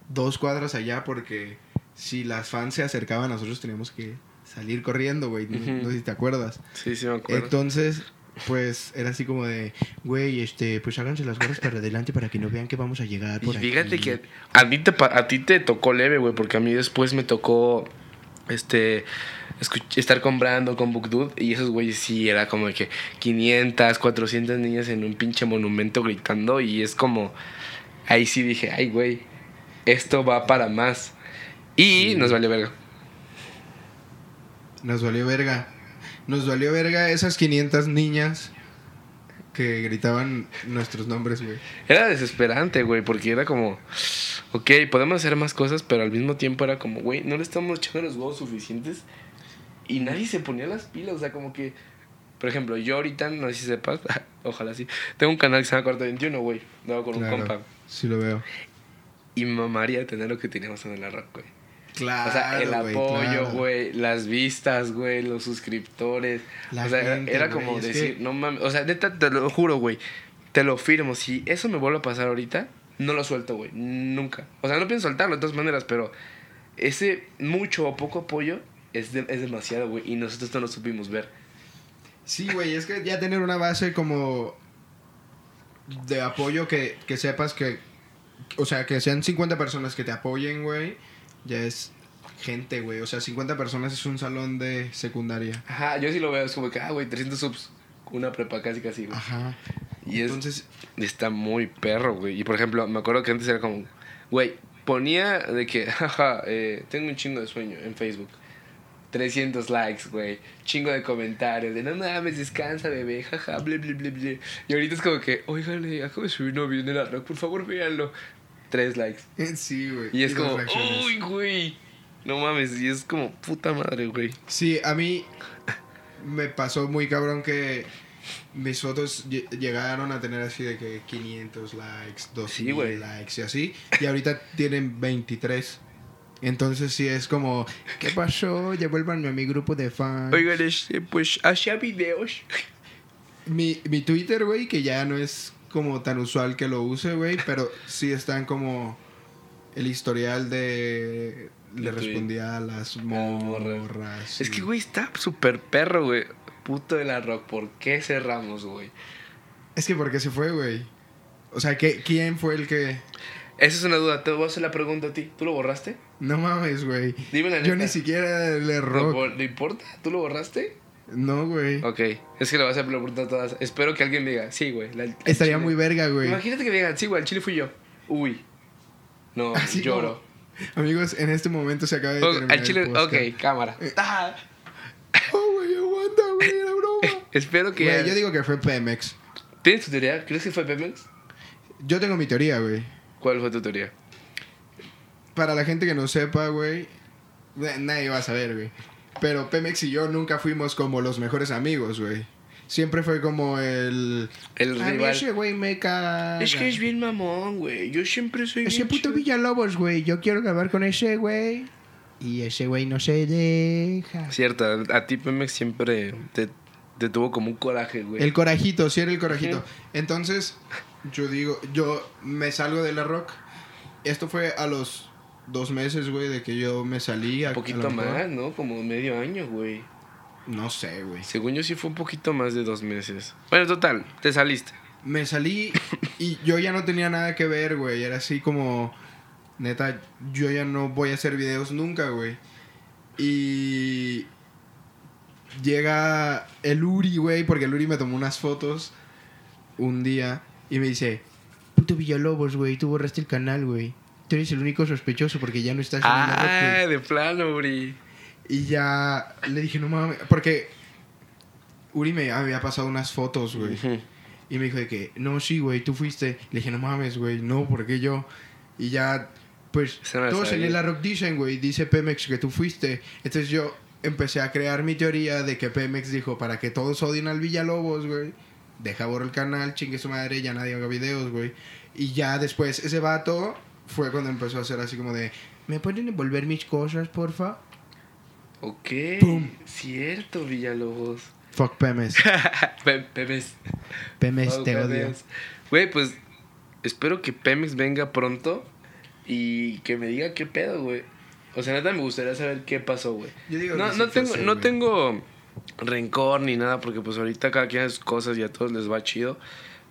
Speaker 2: dos cuadras allá porque si las fans se acercaban, nosotros teníamos que salir corriendo, güey. No-
Speaker 1: Ujú.
Speaker 2: No sé si te acuerdas.
Speaker 1: Sí, sí, me acuerdo.
Speaker 2: Entonces, pues era así como de, güey, este, pues háganse las gorras para adelante para que no vean que vamos a llegar
Speaker 1: Y
Speaker 2: por
Speaker 1: fíjate
Speaker 2: aquí".
Speaker 1: que a ti, te, pa- a ti te tocó leve, güey, porque a mí después me tocó este escuch- estar comprando con Bugdud y esos güeyes sí, era como de que 500, 400 niñas en un pinche monumento gritando y es como, ahí sí dije, ay, güey, esto va para más. Y nos valió verga.
Speaker 2: Nos valió verga. Nos valió verga esas 500 niñas que gritaban nuestros nombres, güey.
Speaker 1: Era desesperante, güey, porque era como, ok, podemos hacer más cosas, pero al mismo tiempo era como, güey, no le estamos echando los huevos suficientes y nadie se ponía las pilas, o sea, como que, por ejemplo, yo ahorita, no sé si sepas, ojalá sí, tengo un canal que se llama Cuarto 21, güey, lo hago con un compa,
Speaker 2: Sí lo veo.
Speaker 1: y me mamaría tener lo que teníamos en el rock, güey.
Speaker 2: Claro.
Speaker 1: O sea, el
Speaker 2: güey,
Speaker 1: apoyo,
Speaker 2: claro.
Speaker 1: güey, las vistas, güey, los suscriptores.
Speaker 2: La
Speaker 1: o sea, era-
Speaker 2: gente,
Speaker 1: era
Speaker 2: güey,
Speaker 1: como
Speaker 2: es
Speaker 1: decir,
Speaker 2: que-
Speaker 1: no mames. O sea, neta, te lo juro, güey. Te lo firmo. Si eso me vuelve a pasar ahorita, no lo suelto, güey. Nunca. O sea, no pienso soltarlo de todas maneras, pero ese mucho o poco apoyo es, de- es demasiado, güey. Y nosotros no lo supimos ver.
Speaker 2: Sí, güey, es que ya tener una base como de apoyo que, que sepas que. O sea, que sean 50 personas que te apoyen, güey. Ya es gente, güey. O sea, 50 personas es un salón de secundaria.
Speaker 1: Ajá, yo sí lo veo. Es como que, ah, güey, 300 subs. Una prepa casi, casi, güey.
Speaker 2: Ajá.
Speaker 1: Y es,
Speaker 2: Entonces,
Speaker 1: Está muy perro, güey. Y por ejemplo, me acuerdo que antes era como, güey, ponía de que, jaja, eh, tengo un chingo de sueño en Facebook. 300 likes, güey. Chingo de comentarios. De no mames, descansa, bebé. Jaja, ble, ble, ble, ble. Y ahorita es como que, oigan, eh, acabo de subir un video de la rock. Por favor, véanlo. Tres likes.
Speaker 2: sí, güey.
Speaker 1: Y es
Speaker 2: las
Speaker 1: como,
Speaker 2: reacciones.
Speaker 1: uy, güey. No mames. Y es como, puta madre, güey.
Speaker 2: Sí, a mí me pasó muy cabrón que mis fotos lle- llegaron a tener así de que 500 likes, 200
Speaker 1: Sí, güey.
Speaker 2: likes y así. Y ahorita tienen 23. Entonces sí es como, ¿qué pasó? Ya vuélvanme a mi grupo de fans.
Speaker 1: Oigan, este, pues, hacía videos.
Speaker 2: Mi, mi Twitter, güey, que ya no es como tan usual que lo use, güey, pero sí están como el historial de...
Speaker 1: De
Speaker 2: Le
Speaker 1: tu-
Speaker 2: respondía a las
Speaker 1: morras.
Speaker 2: morras.
Speaker 1: Ah, Es que,
Speaker 2: y-
Speaker 1: güey, está súper perro, güey. Puto de la rock, ¿por qué cerramos, güey?
Speaker 2: Es que porque se fue, güey. O sea, ¿qué, ¿quién fue el que...?
Speaker 1: Esa es una duda, te voy a hacer la pregunta a ti. ¿Tú lo borraste?
Speaker 2: No mames, güey.
Speaker 1: Dime la
Speaker 2: Yo
Speaker 1: neta.
Speaker 2: ni siquiera le
Speaker 1: ¿No
Speaker 2: rock.
Speaker 1: por- no importa? ¿Tú lo borraste?
Speaker 2: No, güey.
Speaker 1: Ok, es que le vas a hacer la pregunta a todas. Espero que alguien me diga, sí, güey. la- la
Speaker 2: Estaría
Speaker 1: chile.
Speaker 2: muy verga, güey.
Speaker 1: Imagínate que me digan, sí, güey, el chile fui yo. Uy. No,
Speaker 2: Así
Speaker 1: lloro.
Speaker 2: Amigos, en este momento se acaba de
Speaker 1: Oh,
Speaker 2: terminar
Speaker 1: al chile,
Speaker 2: el podcast.
Speaker 1: ok, cámara. Ah,
Speaker 2: Oh, güey, aguanta, güey, era broma.
Speaker 1: espero que.
Speaker 2: Güey, yo digo que fue Pemex.
Speaker 1: ¿Tienes tu teoría? ¿Crees que fue Pemex?
Speaker 2: Yo tengo mi teoría, güey.
Speaker 1: ¿Cuál fue tu teoría?
Speaker 2: Para la gente que no sepa, güey, na- nadie va a saber, güey. Pero Pemex y yo nunca fuimos como los mejores amigos, güey. Siempre fue como el...
Speaker 1: El
Speaker 2: "A mí
Speaker 1: rival.
Speaker 2: ese güey me caga.
Speaker 1: Es que es bien mamón, güey. Yo siempre soy.
Speaker 2: Ese
Speaker 1: bien
Speaker 2: puto
Speaker 1: chido.
Speaker 2: Villalobos, güey. Yo quiero grabar con ese güey. Y ese güey no se deja.
Speaker 1: Cierto, a ti Pemex siempre te, te tuvo como un coraje, güey.
Speaker 2: El corajito, sí era el corajito.
Speaker 1: Ujú.
Speaker 2: Entonces, yo digo, yo me salgo de la rock. Esto fue a los dos meses, güey, de que yo me salí. a- a
Speaker 1: un
Speaker 2: lo
Speaker 1: poquito
Speaker 2: mejor.
Speaker 1: más, ¿no? Como medio año, güey.
Speaker 2: No sé, güey.
Speaker 1: Según yo sí fue un poquito más de dos meses. Bueno, total, te saliste.
Speaker 2: Me salí y yo ya no tenía nada que ver, güey. Era así como, neta, yo ya no voy a hacer videos nunca, güey. Y llega el Uri, güey, porque el Uri me tomó unas fotos un día y me dice, puto Villalobos, güey, tú borraste el canal, güey. Tú eres el único sospechoso porque ya no estás en el rock, güey".
Speaker 1: Ah, de plano, Uri.
Speaker 2: Y ya le dije, no mames, porque Uri me había pasado unas fotos, güey.
Speaker 1: Ujú.
Speaker 2: Y me dijo de que, no, sí, güey, tú fuiste. Le dije, no mames, güey, no, ¿por qué yo? Y ya, pues,
Speaker 1: Esa no la
Speaker 2: todos en
Speaker 1: sabía.
Speaker 2: el Arrock dicen, güey, dice Pemex que tú fuiste. Entonces yo empecé a crear mi teoría de que Pemex dijo, para que todos odien al Villalobos, güey, deja borro el canal, chingue su madre, ya nadie haga videos, güey. Y ya después, ese vato fue cuando empezó a hacer así como de, ¿me pueden envolver mis cosas, porfa?
Speaker 1: Ok.
Speaker 2: Pum.
Speaker 1: Cierto, Villalobos.
Speaker 2: Fuck Pemex.
Speaker 1: Pe- Pemex.
Speaker 2: Pemex,
Speaker 1: Oh,
Speaker 2: te odio.
Speaker 1: Pemex. Güey, pues espero que Pemex venga pronto y que me diga qué pedo, güey. O sea, neta me gustaría saber qué pasó, güey.
Speaker 6: Yo digo
Speaker 1: No,
Speaker 6: que
Speaker 1: no
Speaker 6: sí fue
Speaker 1: tengo,
Speaker 6: así,
Speaker 1: no
Speaker 6: güey.
Speaker 1: tengo rencor ni nada, porque pues ahorita cada quien hace sus cosas y a todos les va chido.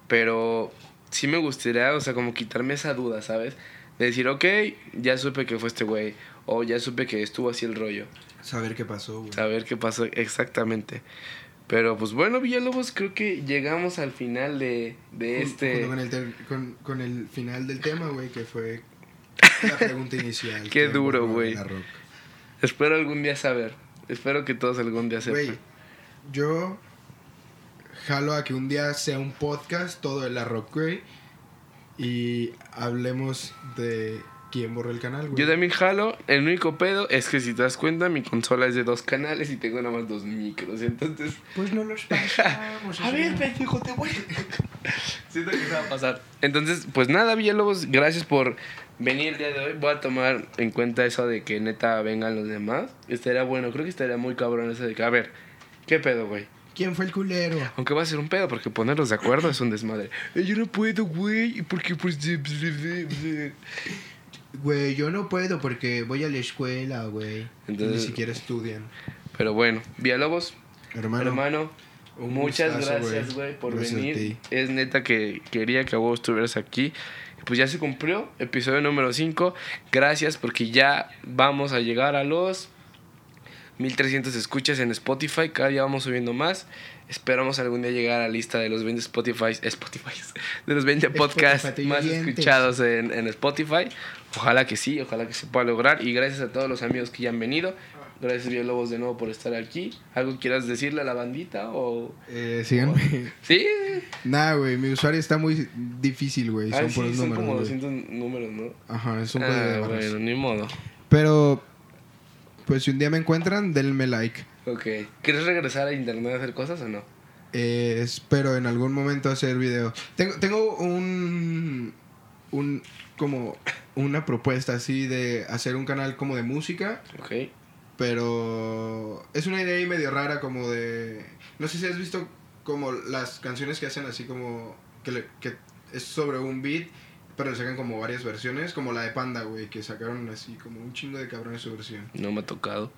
Speaker 1: Pero sí me gustaría, o sea, como quitarme esa duda, ¿sabes? De decir, ok, ya supe que fue este güey. O ya supe que estuvo así el rollo.
Speaker 6: Saber qué pasó, güey.
Speaker 1: Saber qué pasó exactamente. Pero pues bueno, Villalobos, creo que llegamos al final de, de este...
Speaker 2: Junto Con el, ter- con, con el final del tema, güey, que fue la pregunta inicial.
Speaker 1: Qué
Speaker 2: que
Speaker 1: duro,
Speaker 2: borró
Speaker 1: güey.
Speaker 2: la roca.
Speaker 1: Espero algún día saber. Espero que todos algún día sepan.
Speaker 2: Güey, yo jalo a que un día sea un podcast todo de la rock, güey. Y hablemos de quién borró el canal, güey.
Speaker 1: Yo también jalo. El único pedo es que si te das cuenta, mi consola es de dos canales y tengo nada más dos micros. Entonces,
Speaker 2: Pues no los pasamos. o sea,
Speaker 1: pendejo, te voy. Siento que se va a pasar. Entonces, pues nada, Villalobos, gracias por venir el día de hoy. Voy a tomar en cuenta eso de que neta vengan los demás. Estaría bueno, creo que estaría muy cabrón eso de que, a ver, ¿qué pedo, güey?
Speaker 2: ¿Quién fue el culero?
Speaker 1: Aunque va a ser un pedo, porque ponerlos de acuerdo es un desmadre. Eh, Yo no puedo, güey, porque pues...
Speaker 2: Güey, yo no puedo porque voy a la escuela, güey.
Speaker 1: Entonces-
Speaker 2: Ni siquiera estudian.
Speaker 1: Pero bueno, Villalobos,
Speaker 2: Hermano,
Speaker 1: hermano,
Speaker 2: un
Speaker 1: muchas
Speaker 2: gustazo,
Speaker 1: gracias, güey, por
Speaker 2: Gracias a
Speaker 1: venir.
Speaker 2: ti.
Speaker 1: Es neta que quería que a vos estuvieras aquí. Y Pues ya se cumplió, episodio número 5. Gracias porque ya vamos a llegar a los 1300 escuchas en Spotify. Cada día vamos subiendo más. Esperamos algún día llegar a la lista de los 20 Spotify, Spotify, de los 20 podcasts
Speaker 2: Spotify
Speaker 1: más
Speaker 2: oyentes.
Speaker 1: escuchados en, en Spotify. Ojalá que sí, ojalá que se pueda lograr. Y gracias a todos los amigos que ya han venido. Gracias, Biolobos, de nuevo por estar aquí. ¿Algo que quieras decirle a la bandita? o
Speaker 2: Eh, síganme.
Speaker 1: Sí,
Speaker 2: Nah, güey, mi usuario está muy difícil, güey.
Speaker 1: Ah,
Speaker 2: Son
Speaker 1: sí,
Speaker 2: puros
Speaker 1: son
Speaker 2: números.
Speaker 1: como
Speaker 2: güey.
Speaker 1: 200 números, ¿no?
Speaker 2: Ajá, es un juego de
Speaker 1: Ah,
Speaker 2: barras.
Speaker 1: bueno, ni modo.
Speaker 2: Pero, pues si un día me encuentran, denme like.
Speaker 1: Ok. ¿Quieres regresar a internet a hacer cosas o no?
Speaker 2: Eh, espero en algún momento hacer video. Tengo, tengo un. Un. Como. Una propuesta así de hacer un canal como de música.
Speaker 1: Ok.
Speaker 2: Pero. Es una idea ahí medio rara, como de. No sé si has visto como las canciones que hacen así como. Que, le- que es sobre un beat. Pero le sacan como varias versiones, como la de Panda, güey, que sacaron así como un chingo de cabrones su versión.
Speaker 1: No me ha tocado.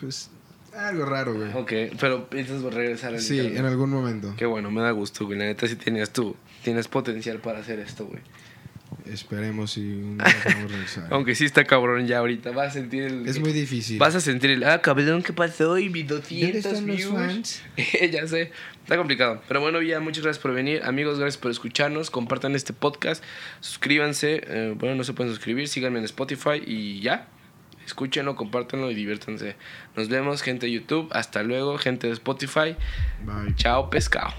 Speaker 2: Pues algo raro, güey.
Speaker 1: Ok, pero piensas regresar a
Speaker 2: Sí,
Speaker 1: internet.
Speaker 2: en algún momento.
Speaker 1: Qué bueno, me da gusto, güey. La neta, sí tenías tú. Tienes potencial para hacer esto, güey.
Speaker 2: Esperemos si un día podemos regresar.
Speaker 1: Aunque sí está cabrón ya ahorita. Vas a sentir el.
Speaker 2: Es muy difícil.
Speaker 1: Vas a sentir el. Ah, cabrón, ¿qué pasó? Y vi
Speaker 2: ¿Dónde
Speaker 1: 200
Speaker 2: están los
Speaker 1: views.
Speaker 2: fans?
Speaker 1: ya sé. Está complicado. Pero bueno, ya, muchas gracias por venir. Amigos, gracias por escucharnos. Compartan este podcast. Suscríbanse. eh, bueno, no se pueden suscribir. Síganme en Spotify y ya. Escúchenlo, compártanlo y diviértanse. Nos vemos, gente de YouTube. Hasta luego, gente de Spotify.
Speaker 2: Bye.
Speaker 1: Chao, pescado.